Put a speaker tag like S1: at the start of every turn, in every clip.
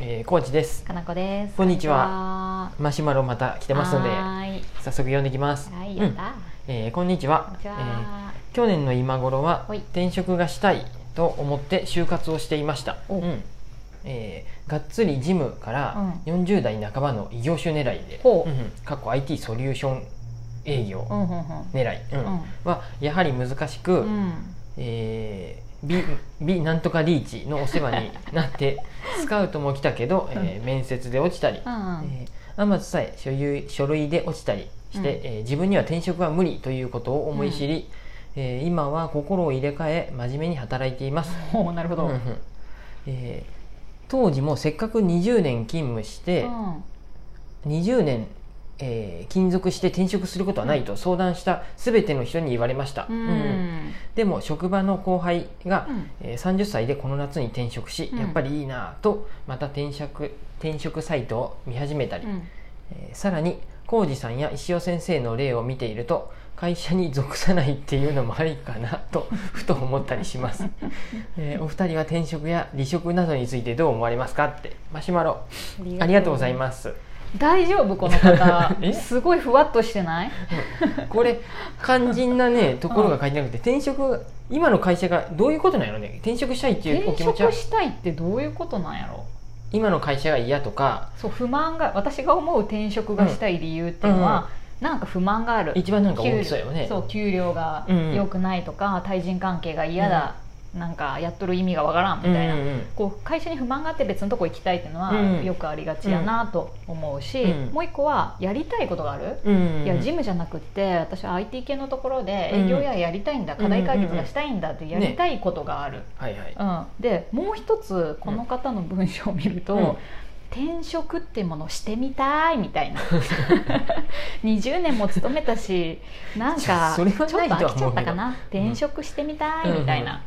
S1: えー、コーチです
S2: かなこです
S1: こんにち
S2: は
S1: マシュマロまた来てますので
S2: はい
S1: 早速読んできます、
S2: は
S1: う
S2: いやっ
S1: ん
S2: た
S1: えーこんにち
S2: こん
S1: は
S2: にち
S1: え
S2: は
S1: ー去年の今頃は
S2: はい
S1: 転職がしたいと思って就活をしていました、う
S2: お
S1: んえーがっつりジムから40代半ばの異業種狙いで、
S2: ほう
S1: うんうんかっこ IT ソリューション営業
S2: うんうん
S1: 狙い、うん
S2: うん
S1: はやはり難しく、
S2: うんうん
S1: えー美美なんとかリーチのお世話になって スカウトも来たけど、えー面接で落ちたり、
S2: うんうん
S1: えー、天津さえ所有書類で落ちたりして、
S2: うん
S1: えー自分には転職は無理ということを思い知り、えー今は心を入れ替え真面目に働いています。
S2: ほうなるほ
S1: う
S2: ど
S1: んうんえー当時もせっかく20年勤務して、
S2: うん
S1: 20年、えー勤続して転職することはないと相談した全ての人に言われました、
S2: う
S1: うんうん
S2: ん
S1: でも職場の後輩が、
S2: うん
S1: えー30歳でこの夏に転職し、
S2: うん
S1: やっぱりいいなぁとまた転職転職サイトを見始めたり、
S2: うん
S1: えーさらに浩二さんや石尾先生の例を見ていると会社に属さないっていうのもありかなと ふと思ったりします、えーお二人は転職や離職などについてどう思われますかってマシュマロありがとうございます
S2: す大丈夫この方
S1: え
S2: すごいふわっとしてない
S1: これ肝心な ねところが書いてなくて転職今の会社がどういうことなのね転職したいっていうお
S2: 転
S1: 気持ちは
S2: 職したいってどういうことなんやろ
S1: 今の会社が嫌とか
S2: そう不満が私が思う転職がしたい理由っていうのは、なんか不満がある
S1: 一番なんか
S2: 給
S1: 多そうよね
S2: そう給料が
S1: うん
S2: 良くないとか、対人関係が嫌だ、なんかやっとる意味がわからんみたいな、
S1: うんうんうん
S2: こう会社に不満があって別のとこ行きたいっていうのは
S1: うん
S2: よくありがちやなと思うし、
S1: うん
S2: もう一個はやりたいことがある、
S1: うんうん
S2: いやジムじゃなくって私は IT 系のところで
S1: うん
S2: 営業ややりたいんだ、課題解決がしたいんだってやりたいことがある、
S1: はいはい
S2: うん、でもう一つこの方の文章を見ると、
S1: うん
S2: 転職ってものしてみたいみた いな20年も勤めたしなんか
S1: そ
S2: ちょ
S1: れ
S2: っと
S1: はないとは思うけど
S2: 飽きちゃったかな転職してみたいみたいな、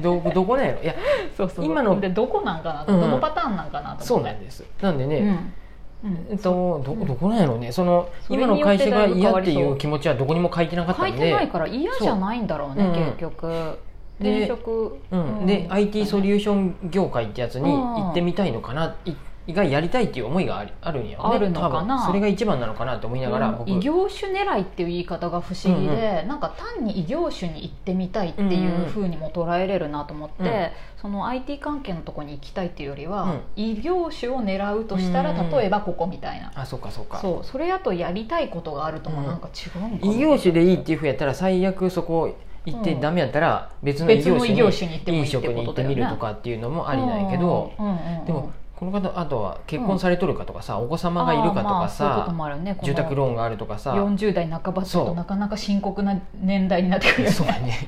S1: どどこなんやろいや
S2: そうそう
S1: 今の
S2: でどこなんかな、
S1: うん
S2: どのパターンなんかなと
S1: そう
S2: 思っ
S1: な
S2: て
S1: んですなんでね、
S2: うんうん
S1: えっと、どどこなんやろうねその
S2: それ
S1: 今の会社が
S2: に
S1: 嫌
S2: よってだいぶ変わ
S1: って
S2: りそう
S1: いう気持ちはどこにも書いてなかった
S2: 書い
S1: ん
S2: て
S1: で
S2: ないから嫌じゃないんだろう
S1: そう
S2: ね
S1: うん
S2: 結局
S1: で
S2: 転職
S1: うん、で IT ソリューション業界ってやつに行ってみたいのかな、いがやりたいっていう思いがありあるんやろね
S2: あるのかな
S1: 多分それが一番なのかなって思いながら
S2: うん
S1: 僕、
S2: 異業種狙いっていう言い方が不思議で、なんか単に異業種に行ってみたいっていうふうにも捉えれるなと思って、
S1: うん
S2: その IT 関係のとこに行きたいっていうより
S1: うん
S2: は、異業種を狙うとしたら、
S1: うん
S2: 例えばここみたいな、
S1: あそうかそうか
S2: そうそれやとやりたいことがあるとも
S1: うん
S2: なんか違うんかな
S1: 異業種でいいっていうふうやったら最悪そこ行ってダメやったら別の異
S2: 別
S1: 業
S2: の
S1: 種
S2: 異
S1: に
S2: 業種に行ってもいい
S1: 飲
S2: って
S1: 食に行
S2: こ
S1: っ
S2: と
S1: て
S2: だよ
S1: みる
S2: ね
S1: とかっていうのもありなんやけど、
S2: うんうんうん
S1: でもこの方あとは結婚されとるかとかさ、お子様がいるかと
S2: あーま
S1: か
S2: あそういうこと
S1: さ、
S2: もあるねこの
S1: 住宅ローンがあるとかさ
S2: 40代半ばって
S1: そ
S2: と
S1: う
S2: なかなか深刻な年代になってくるよ
S1: そう
S2: ね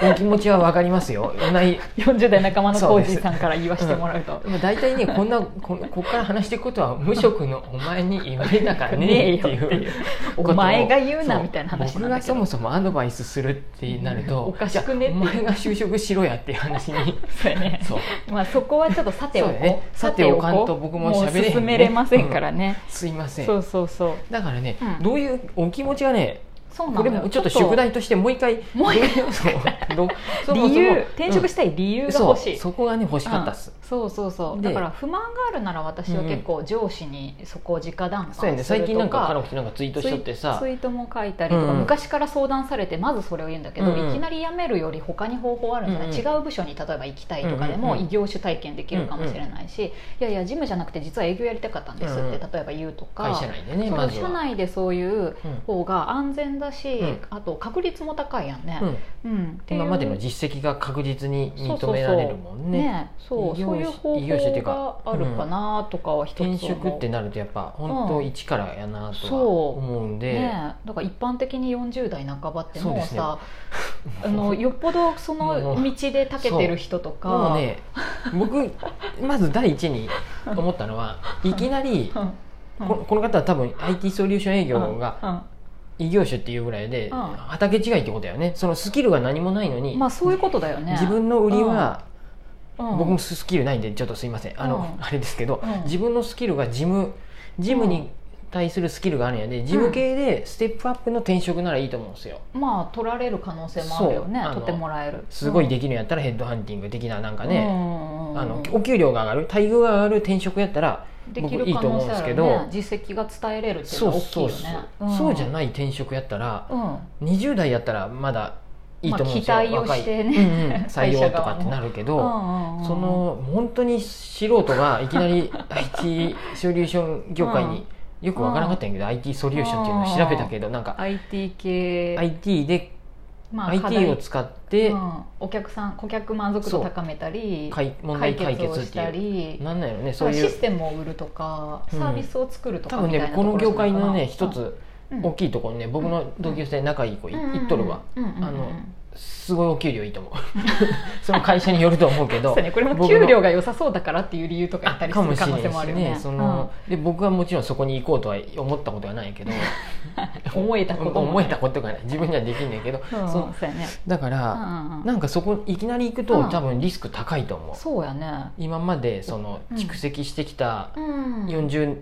S1: だねお気持ちは分かりますよない
S2: 40代仲間のコ
S1: そう
S2: ー
S1: です
S2: ジーさんから言わせてもらうと
S1: まあ大体ねこんなここっから話していくことは無職のお前に言われたからねっていう
S2: ねえよっていう
S1: ことを
S2: お前が言うな
S1: そう
S2: みたいな話な
S1: 僕
S2: ん
S1: が
S2: だけ
S1: そ
S2: ど
S1: もそもアドバイスするってなると
S2: おかしくね
S1: じゃあお前が就職しろやっていう話 に
S2: そうやね
S1: そう
S2: まあそこはちょっとさてお
S1: そう
S2: こ
S1: だね
S2: う
S1: さておかんと
S2: さておこ
S1: 僕も喋れへんね
S2: う進めれませんからね、
S1: すいませ
S2: そ
S1: ん
S2: うそうそう
S1: だからね、
S2: うん
S1: どういうお気持ちがね
S2: そうな
S1: こ
S2: の
S1: れ
S2: よ
S1: もちょっと宿題としてもう一回
S2: もう一回
S1: そうどそもそも
S2: 理
S1: う
S2: 由
S1: ん
S2: 転職したい理由が
S1: そう
S2: 欲しい、
S1: そこがね欲しかったっす、
S2: うんそうそうそう
S1: で
S2: だから不満があるなら私は結構上司にそこを直談判す
S1: そう
S2: る
S1: やね
S2: とか
S1: 最近なんかカラオケなんかツイートしちゃってさ
S2: ツイツイートも書いたりとか、
S1: うん
S2: 昔から相談されてまずそれを言うんだけど、
S1: うんうん
S2: いきなり辞めるより他に方法あるんじゃない、
S1: うん
S2: 違う部署に例えば行きたいとかでも
S1: うんうん
S2: 異業種体験できるかもしれないし、いやいや事務じゃなくて実は営業やりたかったんですって
S1: うんうん
S2: 例えば言うとか、
S1: 会社内でね
S2: そう
S1: まずは
S2: 社内でそういう方が安全だし、
S1: うん
S2: あと確率も高いやんね
S1: う、ん、
S2: うんっていう
S1: 今までの実績が確実に認められるもんね
S2: そう
S1: 異業種
S2: そういう方
S1: 異業種っていう
S2: 法
S1: か
S2: があるかなとかは一つ思う
S1: 転職ってなるとやっぱ本当一からやなとは
S2: そう
S1: 思うんで、
S2: ねえだから一般的に40代半ばって
S1: そう
S2: も
S1: で
S2: う
S1: すね
S2: さ あのよっぽどその道で長けてる人とか
S1: もうね僕まず第一に思ったのはいきなり
S2: うんうん
S1: ここの方は多分 IT ソリューション営業が
S2: うん
S1: 異業種っていうぐらいで
S2: うん
S1: 畑違いってことだよねそのスキルが何もないの
S2: う
S1: に
S2: んまあそういうことだよね
S1: 自分の売りは
S2: うん
S1: 僕もスキルないんでちょっとすいませんあの
S2: うん
S1: あれですけど
S2: うん
S1: 自分のスキルがジムジムに対するスキルがあるんやでジム系でステップアップの転職ならいいと思うんですよ
S2: まあ取られる可能性もあるよね
S1: そうあの
S2: 取ってもらえる
S1: すごい
S2: で
S1: できるんやったらヘッドハンティング的ななんか
S2: か
S1: ね、あのお給料が上がる待遇が上がる転職やったら
S2: で
S1: 僕
S2: きる
S1: いい
S2: 可
S1: と思
S2: 能
S1: うん
S2: 性
S1: です
S2: あ
S1: け
S2: る
S1: ど
S2: ね実績が伝えれるっていう
S1: そう
S2: のは大きい
S1: そ
S2: よ
S1: う
S2: ね
S1: そう、そうじゃ
S2: い、
S1: ない転職やったら
S2: うん、
S1: 20代やったらまだいいと思うんですよ、
S2: まあ期待をしてね
S1: 若いうんうん採用
S2: 会社
S1: とか
S2: 側
S1: っ
S2: も
S1: てなるけ
S2: う
S1: ど、
S2: んうんうん
S1: その本当に素人がいきなり IT ソリューション業界によくわからなかったんやけど、IT ソリューションっていうのを調べたけどなんか
S2: IT 系、
S1: IT で
S2: まあ、課
S1: IT
S2: 題
S1: を使って
S2: うんお客さん顧客満足度高めたり
S1: 解問題
S2: 解
S1: 解
S2: 決を
S1: 決っ
S2: して
S1: い
S2: た
S1: う
S2: り
S1: なんなんやろね
S2: そ
S1: そううい
S2: シ
S1: う
S2: ステムを売るとか
S1: うん
S2: サービスを作ると
S1: 多
S2: か
S1: 分
S2: みたい
S1: ね
S2: な
S1: ことの
S2: ろじゃ
S1: 業
S2: ない
S1: 界
S2: かな
S1: のね一つ
S2: うん
S1: 大きいところにね僕の同級生仲いい子い
S2: うんうん
S1: 行っとるわ
S2: うんうんうん
S1: あのすごいお給料いい と思うその会社によると思うけ
S2: そ
S1: ど
S2: うねこれも
S1: 僕の
S2: 給料が良さそうだからっていう理由とか言ったりす
S1: かも
S2: る
S1: しれ
S2: 可
S1: な
S2: 能
S1: いで
S2: 性もあ
S1: す
S2: るよ
S1: ね
S2: ね
S1: そので僕はもちろんそこに行こうとは思ったことはない けど
S2: うん思えたことも
S1: 思えたことがない自分にはできんねんけど
S2: うん
S1: そ
S2: そう
S1: う
S2: やね
S1: だか
S2: うん
S1: ら
S2: うんうん
S1: なんかそこいきなり行く
S2: う
S1: と
S2: ん
S1: 多分リスク高いと思う
S2: そうやね
S1: 今までその
S2: うん
S1: 蓄積してきた
S2: うん
S1: 40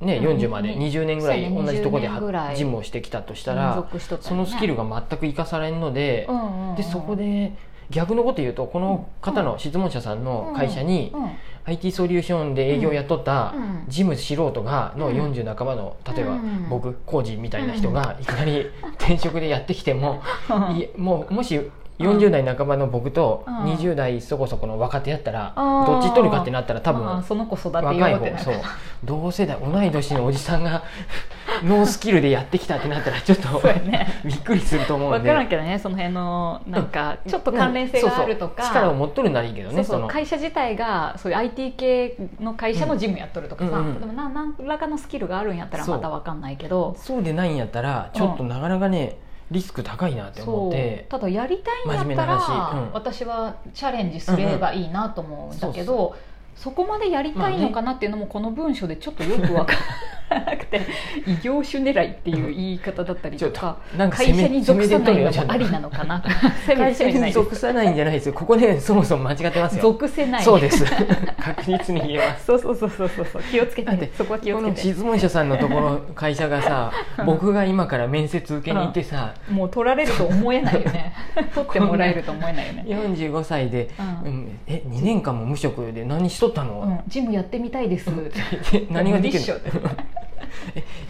S1: ね、
S2: うん
S1: 40まで
S2: うん
S1: 20年ぐらい
S2: そうね
S1: 同じとこで
S2: 20年ぐらい
S1: ジムをしてきたとした
S2: 満
S1: ら
S2: 足しとった
S1: そ
S2: よね
S1: のスキルが全く生かされんので
S2: うんうんうん
S1: でそこで逆のこと言うとこの方の質問者さんの会社に
S2: うん
S1: IT ソリューションで営業を雇った
S2: うん
S1: ジム素人がの
S2: うん
S1: 40半ばの例えば
S2: うん
S1: 僕コージみたいな人がいきなり 転職でやってきてもいもうもし40代半ばの僕と
S2: うん
S1: 20代そこそこの若手やったら
S2: うん
S1: どっち取るかってなったら多
S2: あ
S1: 分
S2: ーその子育て
S1: 若
S2: よ
S1: いう
S2: って
S1: 方
S2: なる
S1: そう同世代同い年のおじさんが ノースキルでやってきたってなったらちょっと
S2: そうやね
S1: びっくりすると思うん
S2: 分
S1: で
S2: からんけどねその辺のなんかちょっと関連性があるとか、
S1: そうそう力を持っとるならいいけどね
S2: そうそう
S1: の
S2: 会社自体がそういう IT 系の会社のジムやっとるとかさ、
S1: うんうんうん
S2: でもな何らかのスキルがあるんやったら
S1: そう
S2: また分かんないけど
S1: そうでないんやったらちょっとなかなかね、リスク高いなって思っ
S2: そう
S1: て
S2: ただやりたいん
S1: 真面目
S2: だ
S1: な
S2: ったら、
S1: 話うん
S2: 私はチャレンジすればいいなと思うんだけど、
S1: うん
S2: そこまでやりたいのかなっていうのもこの文章でちょっとよく分からなくて異業種狙いっていう言い方だったり
S1: ちょ
S2: と
S1: っと
S2: か
S1: なんか
S2: 会社に属さないの
S1: ちょっ
S2: も
S1: と
S2: ありなのかな攻め
S1: 会社
S2: 攻めない
S1: に
S2: です
S1: 属さないんじゃないですよここねそもそも間違ってますよ
S2: 属せない
S1: そうです 確実に言えます
S2: そうそうそうそうそうそう気をつけ
S1: だって
S2: てそこは気を
S1: こ
S2: つけ
S1: の
S2: て
S1: 質問者さんのところ会社がさ僕が今から面接受けに行ってさ、
S2: もう取られると思えないよ ね取ってもらえると思えないよね、
S1: 45歳で、
S2: うん
S1: うんえ2年間も無職で何しとった
S2: う
S1: の、
S2: ん、ジムやってみたいですって
S1: え何ができる
S2: 立証
S1: の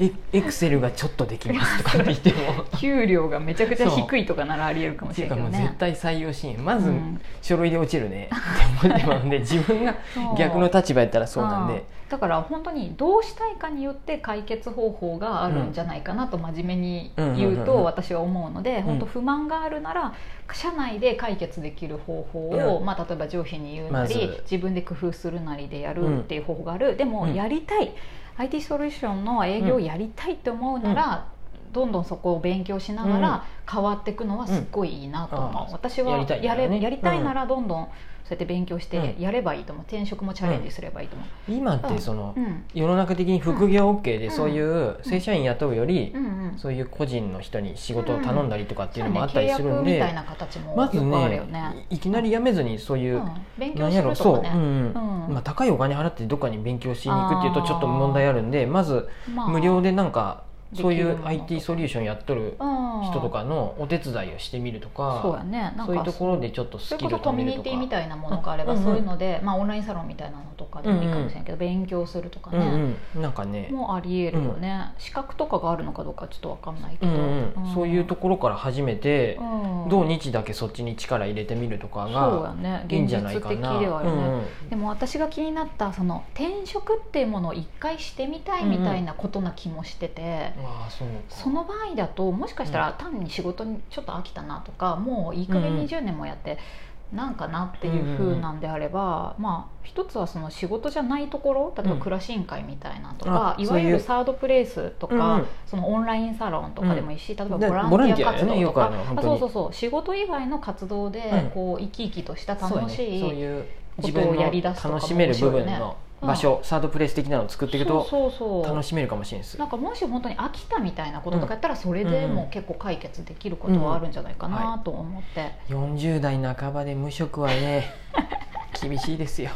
S1: えエクセルがちょっとできますとか言っても
S2: 給料がめちゃくちゃ低いとかならありえるかも
S1: っ
S2: して
S1: い
S2: れ
S1: う
S2: な
S1: か
S2: いけ
S1: も
S2: ど
S1: う絶
S2: ね
S1: 対採用しんまず
S2: うん
S1: 書類で落ちるねって思ってまうん で自分が
S2: そう
S1: 逆の立場やったらそうなんで
S2: だから本当にどうしたいかによって解決方法があるんじゃないかなと真面目に言う
S1: うんうんうんうん
S2: と私は思うので、本当不満があるなら社内で解決できる方法を、
S1: う
S2: まあ、例えば上司に言うなり、
S1: まず
S2: 自分で工夫するなりでやるっていう方法がある、でも
S1: うん
S2: やりたい、IT ソリューションの営業をやりたいと思うなら、どんどんそこを勉強しながら変わっていくのはすっごいいいなと思う、
S1: うん
S2: 私は
S1: やり
S2: や
S1: たいな
S2: や
S1: らね
S2: れやりたいならどんどんそうやって勉強して
S1: うん
S2: やればいいと思う転職もチャレンジすればいいと思う。
S1: 今ってその
S2: うん
S1: 世の中的に副業 OK で
S2: うん
S1: そういう正社員雇うより
S2: うんうん、
S1: そういう個人の人に仕事を頼んだりとかっていうのもあったりする
S2: そうね
S1: ん
S2: 契約みたい
S1: で
S2: な形も
S1: ま
S2: よ
S1: ず
S2: くあるよね、
S1: ねいいきなり辞めずにそういううん
S2: 勉
S1: な
S2: 強
S1: ん
S2: す
S1: や
S2: る
S1: ろ
S2: と
S1: そう、
S2: か
S1: う
S2: ね、
S1: ん
S2: うん
S1: まあ、高いお金払ってどっかに勉強しに行くっていうと
S2: あー
S1: ちょっと問題あるんでまず
S2: まあ
S1: 無料でなんかそうい
S2: できる
S1: う
S2: ものとか
S1: IT ソリューションやっとる
S2: 人
S1: 人とかのお手伝いをしてみると
S2: そうや
S1: か
S2: ねなんか
S1: そういうところでちょっとス
S2: それ
S1: キ
S2: こ
S1: ル
S2: そ
S1: を
S2: コ
S1: 貯
S2: ミ
S1: め
S2: ュ
S1: る
S2: ニ
S1: とか
S2: ティみたいなものがあれ
S1: う
S2: ば、
S1: んうん
S2: そういうので、まあ、オンラインサロンみたいなのとかでもいいかもしれないけど、勉強するとかね、
S1: うんうん、なんかね、
S2: もうありえるよね、資格とかがあるのかどうかちょっとわかんないけ
S1: う
S2: ど、
S1: んうんそういうところから始めて
S2: う、ん
S1: 同日だけそっちに力入れてみるとか
S2: そうや
S1: が
S2: ね
S1: いいん
S2: 現
S1: じゃ
S2: 実
S1: ない
S2: 的
S1: か
S2: で
S1: な。
S2: はあるね、
S1: うんうん
S2: でも私が気になったその転職っていうものを一回してみたいみたいなことな気もしてて、
S1: ああそうか
S2: その場合だともしかしたら単に仕事にちょっと飽きたなとか、もういい加
S1: うんうん
S2: 減20年もやって。なんかなっていう風なんであれば、まあ一つはその仕事じゃないところ例えば
S1: うん
S2: 暮らし委員会みたいなとか、
S1: あ
S2: いわゆ
S1: そういう
S2: るサードプレイスとか、
S1: うんうん
S2: そのオンラインサロンとかでもいいし、例えば
S1: で
S2: ボランティア
S1: ボランティアだ
S2: 活
S1: よね
S2: 動
S1: よ
S2: と
S1: くあ
S2: か、
S1: るの本当
S2: あ
S1: に
S2: そうそうそう仕事以外の活動
S1: うん
S2: でこう生き生きとした
S1: そうや
S2: 楽
S1: ね
S2: しい、
S1: そういう自
S2: こと
S1: 分
S2: を
S1: の
S2: やり出すとかも
S1: 楽しめる部分
S2: 面白いよ
S1: の
S2: ね
S1: 場所、サードプレイス的なのを作っていくと
S2: そうそうそう
S1: 楽しめるかもしれないです
S2: なんかもし本当に飽きたみたいなこととかやったらそれでもう結構解決できることはあるんじゃないかなと思って、
S1: 40代半ばで無職は ね厳しいですよ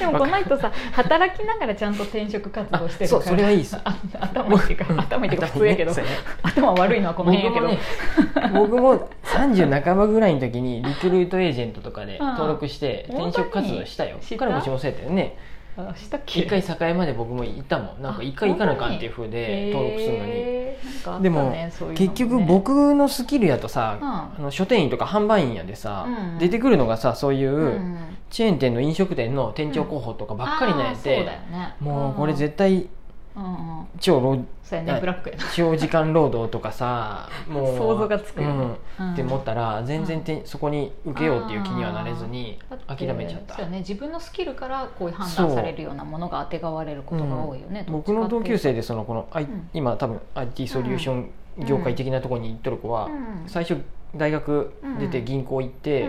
S2: でもこの人さ働きながらちゃんと転職活動してるか
S1: そう
S2: ら
S1: それはい いです
S2: あ頭いいっていうか頭いいっていうか普通やけど
S1: そうね
S2: 頭悪いのはこの辺やけど、
S1: 僕もね僕も30半ばぐらいの時にリクルートエージェントとかで
S2: うん
S1: 登録して転職活動したよ
S2: 本当に
S1: そっからもちもそうやったよね
S2: あしたっけ
S1: 一回栄まで僕も行ったもんなんか一回行かなあかんっていうふうで登録するのに
S2: へーなんかあったね
S1: でも
S2: そういうのね
S1: 結局僕のスキルやと
S2: うん
S1: さあの書店員とか販売員やでさ
S2: うん
S1: 出てくるのがさそういうんチェーン店の飲食店の店長候補とかばっかりなんや
S2: あーそう
S1: て
S2: だよね
S1: もうこれ
S2: ん
S1: 絶対
S2: うんうん
S1: 超労
S2: そうやね
S1: はい
S2: ブラックや
S1: 長時間労働とかさもう
S2: 想像がつくよね
S1: うん
S2: な
S1: って思ったら全然てそこに受けようっていう気にはなれずに
S2: だて
S1: 諦めちゃっ
S2: そう
S1: た
S2: やね自分のスキルからこういう判断されるようなものがあてがわれることが多いよね、どっち
S1: 僕
S2: か
S1: の
S2: っていう
S1: 同級生でそのこの、I
S2: うん
S1: 今多分 IT ソリューション業界的なところに行っとる子は、
S2: うん
S1: 最初大学出て銀行行って、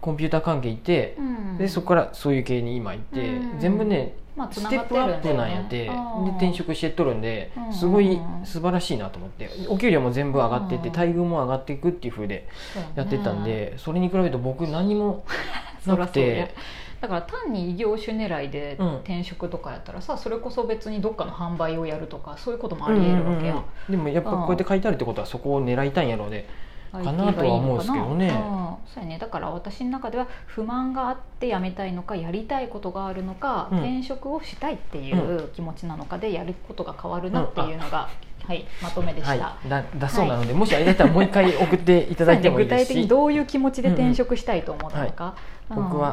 S1: コンピューター関係行って
S2: う、んうん
S1: でそこからそういう系に今行って、
S2: うん
S1: 全部ね
S2: まあ
S1: ス
S2: 繋
S1: テ
S2: が
S1: ッ
S2: っ
S1: プ
S2: る
S1: ア
S2: んだよ
S1: ッ
S2: ね
S1: プなんやってで
S2: うん
S1: 転職してっとるんで
S2: うん
S1: すごい素晴らしいなと思ってお給料も全部上がってって
S2: うん
S1: 待遇も上がっていくっていう風で
S2: そうね
S1: やってったんでそれに比べると僕何もなく
S2: そらそう
S1: て
S2: やだから単に異業種狙いで
S1: うん
S2: 転職とかやったらさ、それこそ別にどっかの販売をやるとかそういうこともありえるわけや、
S1: うんうんうんでもやっぱこうやって書いてあるってことはそこを狙いたいんやろうで、んかなとは思うんですけどね
S2: IT がいいのかなうんそうやねだから私の中では不満があって辞めたいのかやりたいことがあるのか、
S1: うん
S2: 転職をしたいっていう気持ちなのかでやることが変わるなっていうのが、 はいまとめでした、
S1: はい、だだそうなので、もしあれだったらもう一回送っていただいてもいいです
S2: 具体的に
S1: し
S2: どういう気持ちで転職したいと思ったのか、うん
S1: 僕は、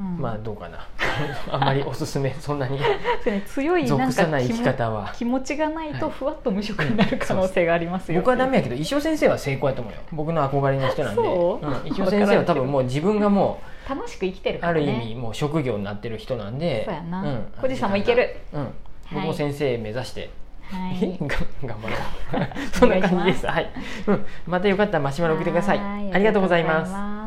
S2: うん
S1: まあどうかな あんまりおすすめそんなに
S2: そうね強いな
S1: 属
S2: んか
S1: さない生き
S2: 気持
S1: 方は
S2: 気持ちがないと
S1: はい
S2: ふわっと無職になる可能性がありますよ、
S1: 僕はダメやけど石尾先生は成功やと思うよ僕の憧れの人なんで、
S2: そう
S1: うん石尾先生は多分もう自分がも
S2: 楽しく生きてる
S1: う
S2: か
S1: あ
S2: ら
S1: る
S2: ね
S1: 意味もう職業になってる人なんで
S2: そうやな
S1: うん
S2: 小路さんもいける、
S1: うん、僕も先生目指して、
S2: は い
S1: 頑張ろ うそんな感じですはい、うん、またよかったらマシュマロ送ってください
S2: は
S1: ありがとうございます
S2: ありがとうござい